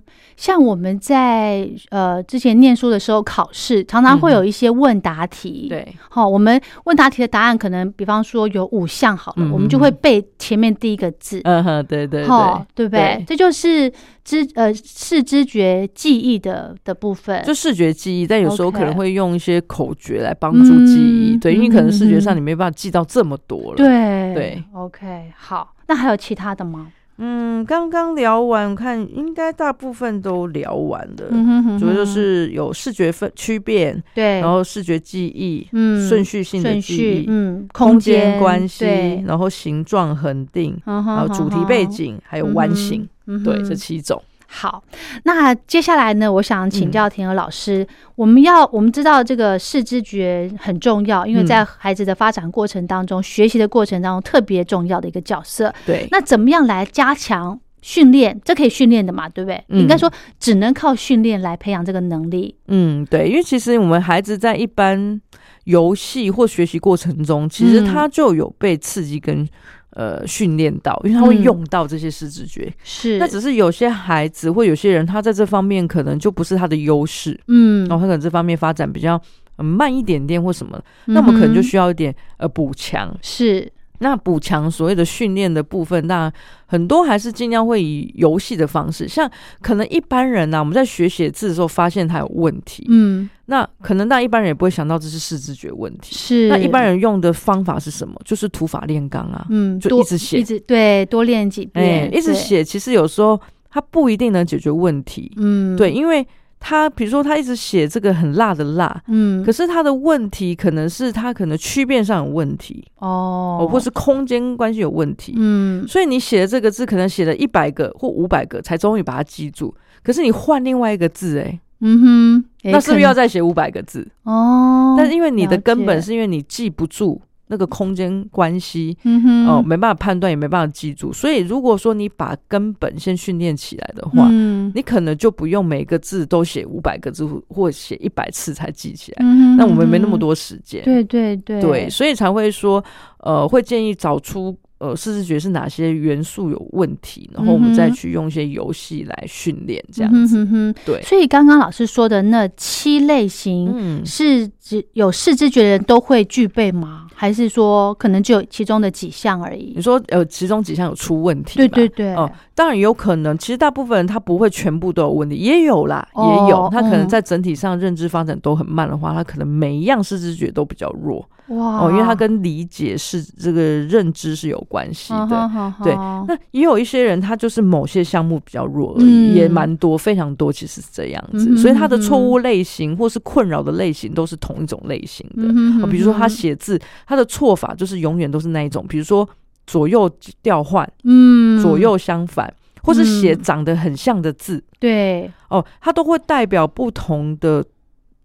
对，像我们在呃之前念书的时候，考试常常会有一些问答题，，嗯对，好、我们问答题的答案可能，比方说有五项好了，嗯哼哼我们就会背前面第一个字，嗯哼，对对齁对对，不对？这就是知呃视知觉记忆的的部分，就视觉记忆，但有时候 OK 可能会用一些口诀来帮助记忆。嗯对，因为可能视觉嗯嗯上嗯你没办法记到这么多了。，对对，OK，好，那还有其他的吗？嗯，刚刚聊完，我看应该大部分都聊完了。嗯哼哼哼主要就是有视觉分区辨，对，然后视觉记忆，嗯顺序性的顺记序忆，，嗯，空间关系对，嗯然后形状恒定，然然后主题背，景，还有完形，嗯哼对嗯，哼这七种。好，那接下来呢，我想嗯请教田娥老师，我们要我们知道这个视知觉很重要，因为嗯在孩子的发展过程当中，学习的过程当中特别重要的一个角色。对，那怎么样来加强训练？这可以训练的嘛，对不对？嗯应该说只能靠训练来培养这个能力。嗯，对，因为其实我们孩子在一般游戏或学习过程中，其实嗯他就有被刺激跟呃训练到，因为他会嗯用到这些视知觉。是，那只是有些孩子或有些人，他在这方面可能就不是他的优势，嗯然后他可能这方面发展比较。呃慢一点点或什么，那我们嗯可能就需要一点、呃补强。是那补强所谓的训练的部分，那很多还是尽量会以游戏的方式。像可能一般人啊呐、我们在学写字的时候发现他有问题，嗯那可能那一般人也不会想到这是视知觉问题。是，那一般人用的方法是什么？就是土法炼钢啊，嗯就多一直写一直对多练几哎、遍，一直对，写。其实有时候他不一定能解决问题，嗯对，，因为他比如说他一直写这个很辣的辣，嗯，可是是他的问题可能是他可能区变上有问题，哦哦，，或是空间关系有问题。嗯所以你写的这个字，可能写了一百个或五百个，才终于把它记住。可是你换另外一个字、哎，嗯哼，哎那是不是要可再写五百个字？能哦？但是因为你的了根本解是因为你记不住那个空间关系，嗯哼哦、没办法判断，也没办法记住。所以如果说你把根本先训练起来的话，嗯你可能就不用每个字都写五百个字或或写一百次才记起来。嗯哼那我们没那么嗯多时间，哼对对对对，所以才会说，呃，会建议找出。呃，视知觉是哪些元素有问题，然后我嗯们哼再去用一些游戏来训练，这样嗯子。哼哼哼对所以刚刚老师说的那七类型。嗯，是指有视知觉的人都会具备吗？还是说可能只有其中的几项而已你？说呃，其中几项有出问题对吗？对对，哦，当然有可能，其实大部分人他不会全部都有问题，也有啦，哦也有。他可能嗯在整体上认知发展都很慢的话，他可能每一样视知觉都比较弱哇哦，因为他跟理解是这个认知是有关系嗯的。对那那也有一些人，他就是某些项目比较弱而已，嗯也蛮多，非常多，其实是这样子。嗯哼所以他的嗯哼错误类型或是困扰的类型都是同一种类型的。嗯哦哼比如说他哼写字，他的错法就是永远都是那一种，比如说左右调换。嗯左右相反，或是写嗯长得很像的字、对，哦，它都会代表不同的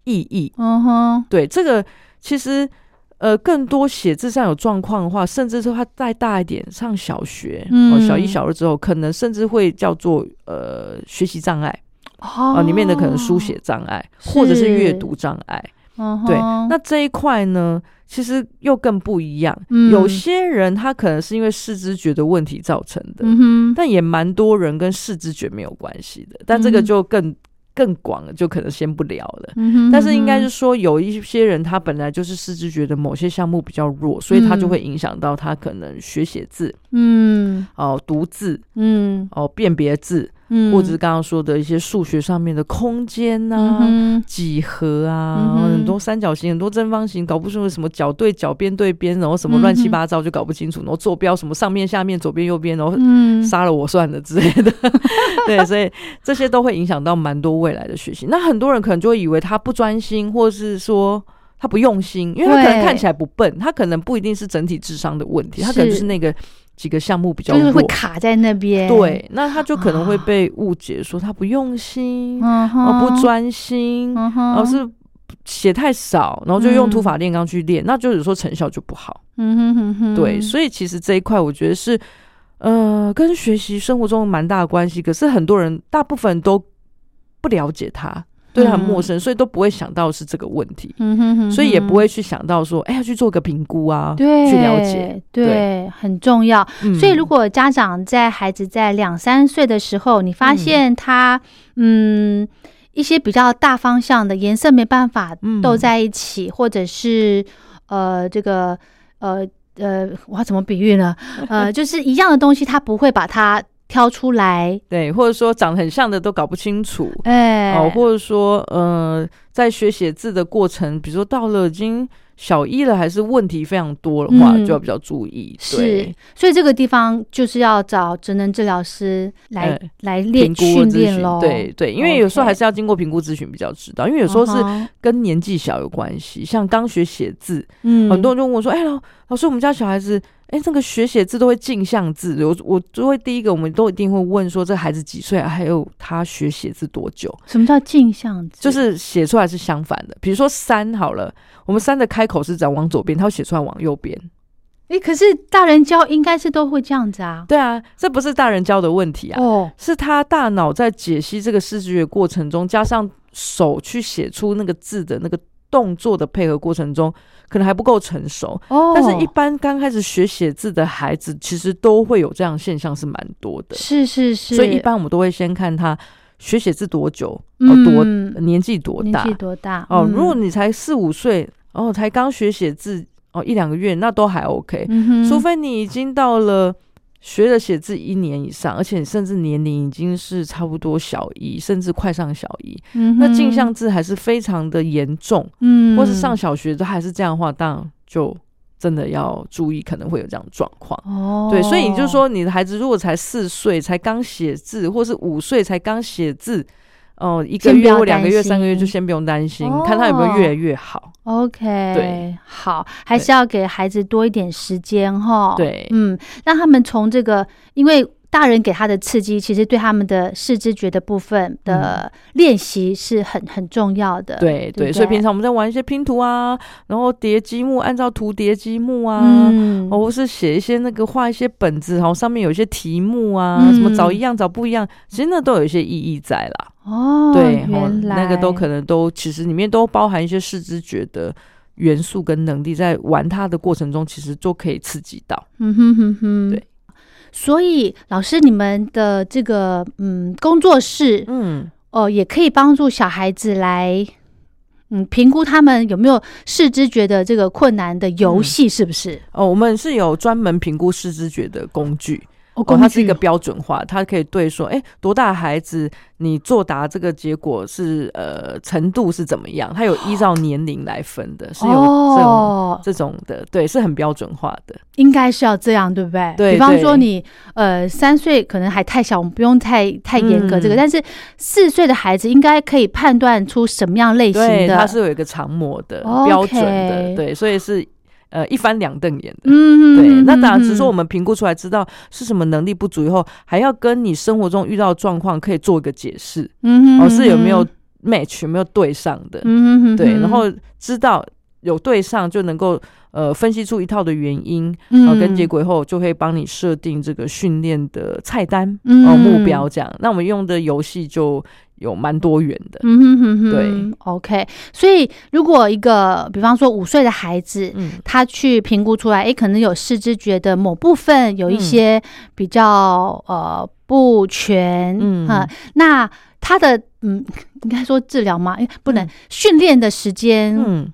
意义。嗯哼，对，这个其实呃，更多写字上有状况的话，甚至是他再大一点，上小学、哦，小一、嗯小二之后，可能甚至会叫做呃学习障碍哦啊、哦，里面的可能书写，障碍，或者是阅读障碍。嗯对哼，那这一块呢，其实又更不一样。嗯有些人他可能是因为视知觉的问题造成的，嗯哼，但也蛮多人跟视知觉没有关系的，但这个嗯就更、更广了，就可能先不聊了。嗯哼，但是应嗯该是哼说，有一些人他本来就是视知觉的某些项目比较弱，所以他就会影响到他可能学写字、嗯哦、读字、嗯哦、辨别字，嗯，或者是刚刚说的一些数学上面的空间呐、嗯哼几何啊嗯，哼很多三角形，很多正方形，搞不清楚什么角对角、边对边，然后什么乱嗯七八糟就搞不清楚，然后坐标什么上面、下面、左边、右边，然后嗯杀了我算了之类 (laughs) 的，对，所以这些都会影响到蛮多未来的学习。那很多人可能就会以为他不专心，或是说他不用心，因为他可能对看起来不笨，他可能不一定是整体智商的问题，他可能就是是那个几个项目比较就是弱会。卡欸在那边，，对，那他就可能会被误解说他不用心，嗯哼，哦不，专心，嗯哼，哦是写太少，然后就用嗯土法炼钢去练，那就有时候成效就不好。嗯哼哼哼，对，所以其实这一块我觉得是，呃，跟学习生活中蛮大的关系。可是很多人，大部分都不了解它，以对他很陌嗯生，所以都不会想到是这个问题，嗯哼哼所以也哼不会去想到说，哎、要去做个评估啊，对去了解。，对，对很重要。嗯所以，如果家长在孩子在两三岁的时候，你发现他嗯一些比较大方向的颜色没办法嗯斗在一起，或者是呃这个呃呃，我要怎么比喻呢？呃，就是一样的东西，他不会把它挑出来。对，或者说长得很像的都搞不清楚，哎、哦，或者说呃，在学写字的过程，比如说到了已经小一了，还是问题非常多的话，嗯就要比较注意。是对，，所以这个地方就是要找职能治疗师来、呃来评练估或训咨练询喽。，对对，因为有时候 OK 还是要经过评估咨询比较知道，因为有时候是嗯哼跟年纪小有关系，像刚学写字，嗯，很多人就问我说：“哎、老老师，我们家小孩子，哎、这个学写字都会镜像字。我”我就会第一个，我们都一定会问说，这孩子几岁啊，还有他学写字多久，什么叫镜像字？就是写出来是相反的。比如说三好了，我们三的开口是长往左边，他会写出来往右边。诶，可是大人教应该是都会这样子啊。对啊，这不是大人教的问题啊，哦，是他大脑在解析这个视觉过程中，加上手去写出那个字的那个动作的配合过程中，可能还不够成熟。哦，但是，一般刚开始学写字的孩子，其实都会有这样的现象，是蛮多的。是是是，所以，一般我们都会先看他学写字多久，嗯哦，多年纪多年大纪多大？哦。嗯如果你才四五岁，哦，才刚学写字哦一两个月，那都还 OK。嗯哼，除非你已经到了学了写字一年以上，而且你甚至年龄已经是差不多小一，甚至快上小一，嗯哼那镜像，字还是非常的严重。嗯，或是上小学都还是这样的话，当然就真的要注意，可能会有这样的状况。哦，对，所以你就说，你的孩子如果才四岁，才刚写字，或是五岁才刚写字，哦、一个先不月要或两个月、担心三个月就先不用担心，哦看他有没有越来越好。 OK，对，好，还对是要给孩子多一点时间哈。对嗯，让他们从这个，因为大人给他的刺激，其实对他们的视知觉的部分的练习是很很重要的。嗯对对不对，所以对平常我们在玩一些拼图啊，然后叠积木，按照图叠积木啊。嗯，哦，或是写一些那个画一些本子，然后上面有一些题目啊，嗯什么找一样找不一样，其实那都有一些意义在啦。哦，对，吼原来那个都可能都其实里面都包含一些视知觉的元素跟能力，在玩它的过程中，其实都可以刺激到。嗯哼哼哼，对。所以，老师，你们的这个嗯工作室嗯，哦、也可以帮助小孩子来嗯评估他们有没有视知觉的这个困难的嗯游戏，是不是？哦，我们是有专门评估视知觉的工具，哦哦，它是一个标准化，它可以对说，哎，多大的孩子你作答这个结果是呃程度是怎么样，它有依照年龄来分的，是有这种。哦，这种的对是很标准化的，应该是要这样，对不对？对比方对说你呃三岁可能还太小，我们不用太太严格这个，嗯但是四岁的孩子应该可以判断出什么样类型对，的。它是有一个长模的 OK 标准的，对，所以是呃一翻两瞪眼的，嗯，对，嗯那当然嗯只是说嗯我们评估出来，知道是什么能力不足以后，还要跟你生活中遇到的状况可以做一个解释，嗯哦，是有没有 match 有没有对上的，嗯哼对，然后知道有对上就能够呃分析出一套的原因，嗯然后跟结果以后就会帮你设定这个训练的菜单嗯哦目标这样。那我们用的游戏就有蛮多元的，嗯哼哼哼，对，OK。所以如果一个，比方说五岁的孩子，嗯。他去评估出来，诶，可能有视知觉的某部分有一些比较、呃不全，嗯哈那他的嗯，应该说治疗吗？诶不能、训练的时间嗯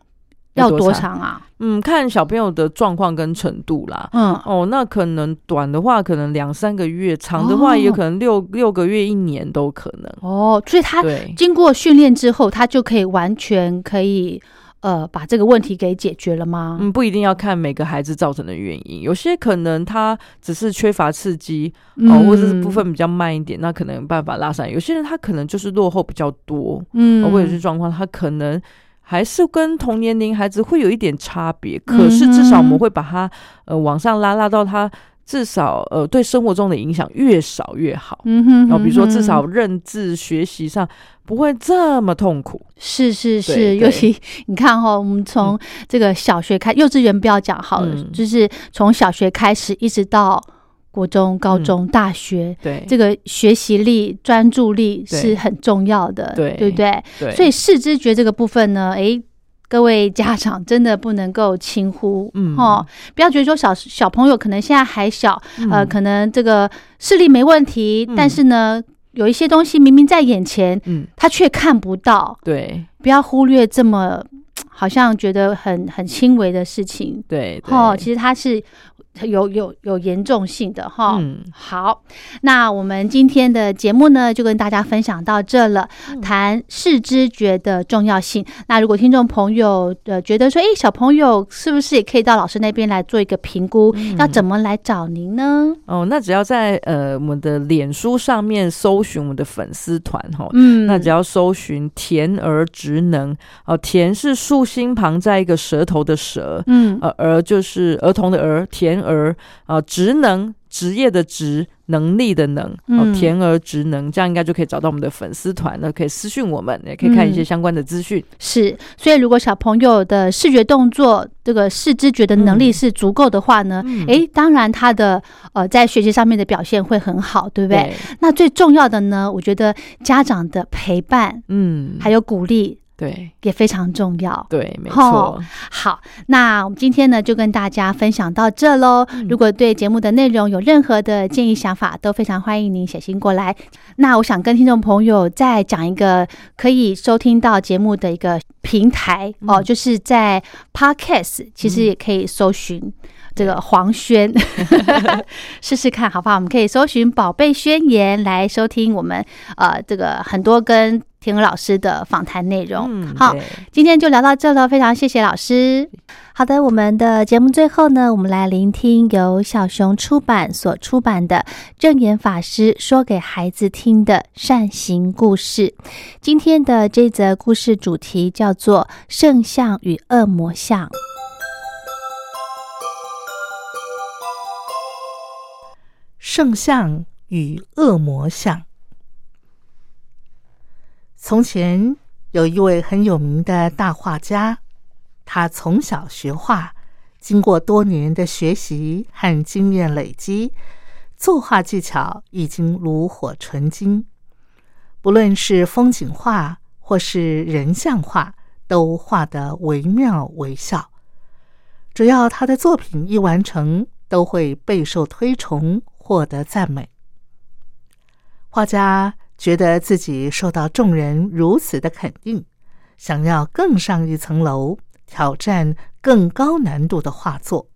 要多多长长啊？嗯，看小朋友的状况跟程度啦。嗯，哦，那可能短的话可能两三个月，长的话也可能六、六个月、一年都可能。哦，所以他对经过训练之后，他就可以完全可以呃把这个问题给解决了吗？嗯，不一定要看每个孩子造成的原因，有些可能他只是缺乏刺激嗯哦，或者是部分比较慢一点，那可能有办法拉上来。有些人他可能就是落后比较多，嗯，哦嗯，或者是状况，他可能还是跟同年龄孩子会有一点差别，可是至少我嗯哼们会把他呃往上拉，拉到他至少呃对生活中的影响越少越好。嗯哼哼然后哦比如说哼至少认字学习上不会这么痛苦，是是是，对尤对其你看哦哈、我们从这个小学开，幼稚园不要讲好了，嗯就是从小学开始一直到。国中、高中、大学，嗯对，这个学习力、专注力对是很重要的，对对不对？对，所以视知觉这个部分呢，诶，各位家长真的不能够轻忽，嗯哦，不要觉得说小小朋友可能现在还小，呃，嗯可能这个视力没问题，嗯但是呢，有一些东西明明在眼前，嗯，他却看不到，对不要忽略这么好像觉得很很轻微的事情，对哦，对其实它是有有有严重性的哈。嗯好，那我们今天的节目呢，就跟大家分享到这了，嗯谈视知觉的重要性。那如果听众朋友呃觉得说，诶，小朋友是不是也可以到老师那边来做一个评估，嗯要怎么来找您呢？哦，那只要在呃我们的脸书上面搜寻我们的粉丝团哈，嗯，那只要搜寻“甜儿职能”哦、甜是竖心旁在一个舌头的舌，嗯呃，儿就是儿童的儿，甜儿啊、呃职能职业的职，能力的能，哦、嗯甜儿职能，这样应该就可以找到我们的粉丝团了，可以私讯我们，也可以看一些嗯相关的资讯。是，所以如果小朋友的视觉动作这个视知觉的能力嗯是足够的话呢，嗯诶，当然他的呃在学习上面的表现会很好，对不对？对，那最重要的呢，我觉得家长的陪伴嗯，还有鼓励对也非常重要。对，没吼错，好，那我们今天呢就跟大家分享到这喽。如果对节目的内容有任何的建议想法，都非常欢迎您写信过来。那我想跟听众朋友再讲一个可以收听到节目的一个平台、哦，就是在 Podcast，其实也可以搜寻。这个黄轩，试试看好不好？我们可以搜寻“宝贝宣言”来收听我们呃这个很多跟田鹅老师的访谈内容。嗯，好，对今天就聊到这了，非常谢谢老师。好的，我们的节目最后呢，我们来聆听由小熊出版所出版的《正言法师说给孩子听的善行故事》。今天的这则故事主题叫做“圣像与恶魔像圣像与恶魔像。从前有一位很有名的大画家，他从小学画，经过多年的学习和经验累积，作画技巧已经炉火纯青。不论是风景画或是人像画，都画得惟妙惟肖。只要他的作品一完成，都会备受推崇，获得赞美。画家觉得自己受到众人如此的肯定，想要更上一层楼，挑战更高难度的画作。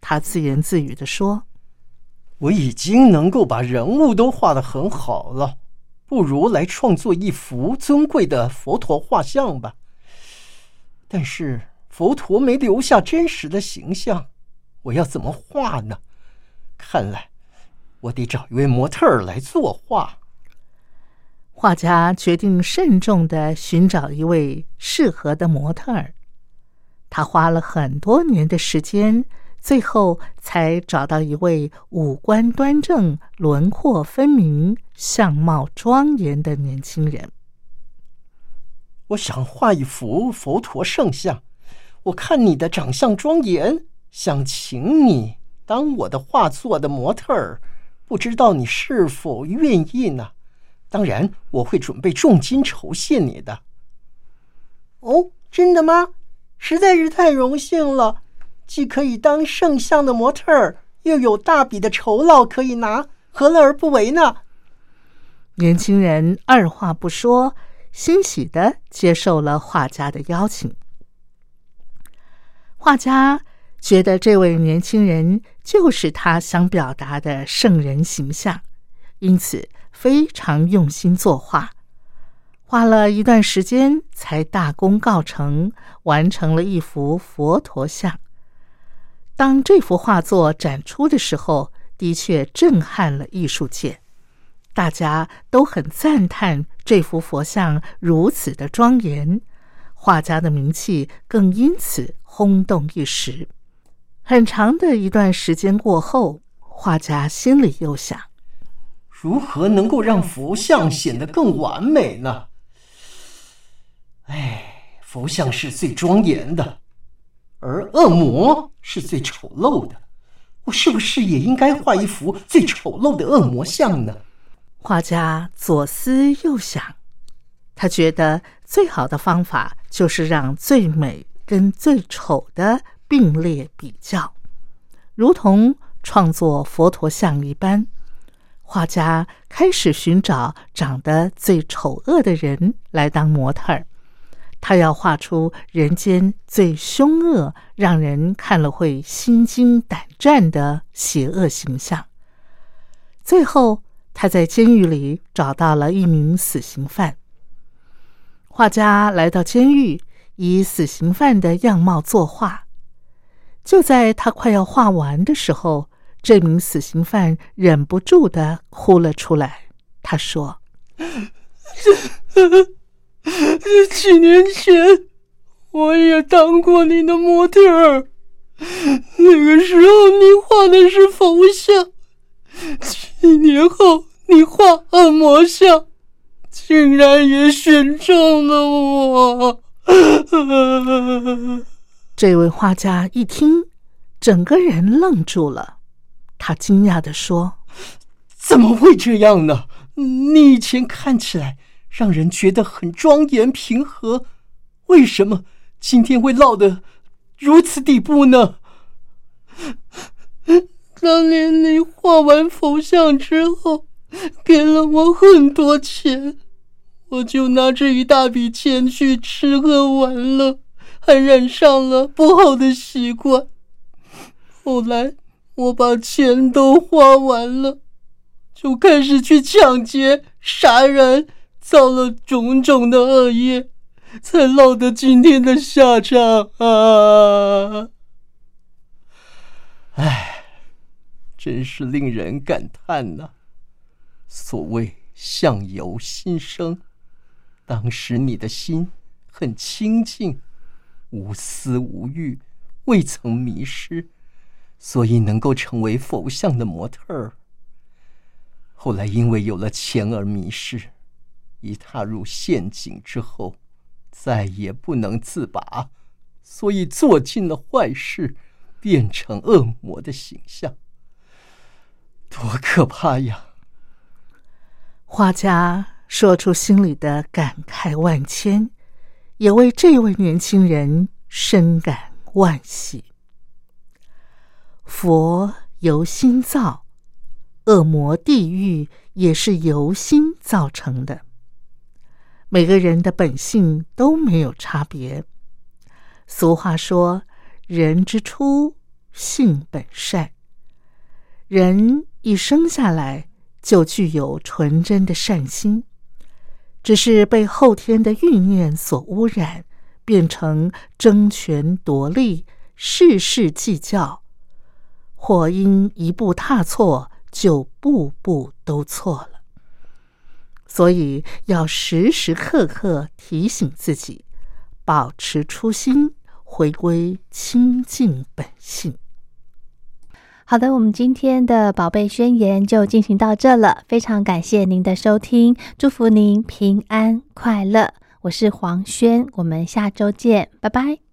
他自言自语地说我已经能够把人物都画得很好了，不如来创作一幅尊贵的佛陀画像吧。但是佛陀没留下真实的形象，我要怎么画呢？看来我得找一位模特儿来作画。：“画家决定慎重地寻找一位适合的模特儿。他花了很多年的时间，最后才找到一位五官端正、轮廓分明、相貌庄严的年轻人。我想画一幅佛陀圣像，我看你的长相庄严，想请你当我的画作的模特儿，不知道你是否愿意呢？当然，我会准备重金酬谢你的。哦，真的吗？实在是太荣幸了，既可以当圣像的模特儿，又有大笔的酬劳可以拿，何乐而不为呢？年轻人二话不说，欣喜的接受了画家的邀请。画家觉得这位年轻人就是他想表达的圣人形象，因此非常用心作画，花了一段时间才大功告成，完成了一幅佛陀像。当这幅画作展出的时候，的确震撼了艺术界。大家都很赞叹这幅佛像如此的庄严，画家的名气更因此轰动一时。很长的一段时间过后，画家心里又想：如何能够让佛像显得更完美呢？哎，佛像是最庄严的，而恶魔是最丑陋的。我是不是也应该画一幅最丑陋的恶魔像呢？画家左思右想，他觉得最好的方法就是让最美跟最丑的并列比较，如同创作佛陀像一般。画家开始寻找长得最丑恶的人来当模特儿，他要画出人间最凶恶、让人看了会心惊胆战的邪恶形象。最后，他在监狱里找到了一名死刑犯。画家来到监狱，以死刑犯的样貌作画。就在他快要画完的时候，这名死刑犯忍不住的哭了出来。他说 (laughs) 这几年前，我也当过你的模特儿。那个时候你画的是佛像，几年后你画恶魔像，竟然也选中了我。：“这位画家一听，整个人愣住了。他惊讶的说怎么会这样呢？你以前看起来让人觉得很庄严平和，为什么今天会落得如此地步呢？当年你画完佛像之后，给了我很多钱，我就拿着一大笔钱去吃喝玩乐，还染上了不好的习惯。后来我把钱都花完了。就开始去抢劫、杀人，造了种种的恶业，才落得今天的下场啊！唉，真是令人感叹呐、所谓相由心生，当时你的心很清净，无私无欲，未曾迷失，所以能够成为佛像的模特儿。后来因为有了钱而迷失，一踏入陷阱之后，再也不能自拔，所以做尽了坏事，变成恶魔的形象，多可怕呀！：“画家说出心里的感慨万千，也为这位年轻人深感惋惜。佛由心造，恶魔地狱也是由心造成的。每个人的本性都没有差别。俗话说：“人之初，性本善。”人一生下来就具有纯真的善心，只是被后天的欲念所污染，变成争权夺利、事事计较，或因一步踏错就步步都错了。所以要时时刻刻提醒自己，保持初心，回归清净本性。好的，我们今天的宝贝宣言就进行到这了，非常感谢您的收听，祝福您平安快乐。我是黄轩，我们下周见，拜拜。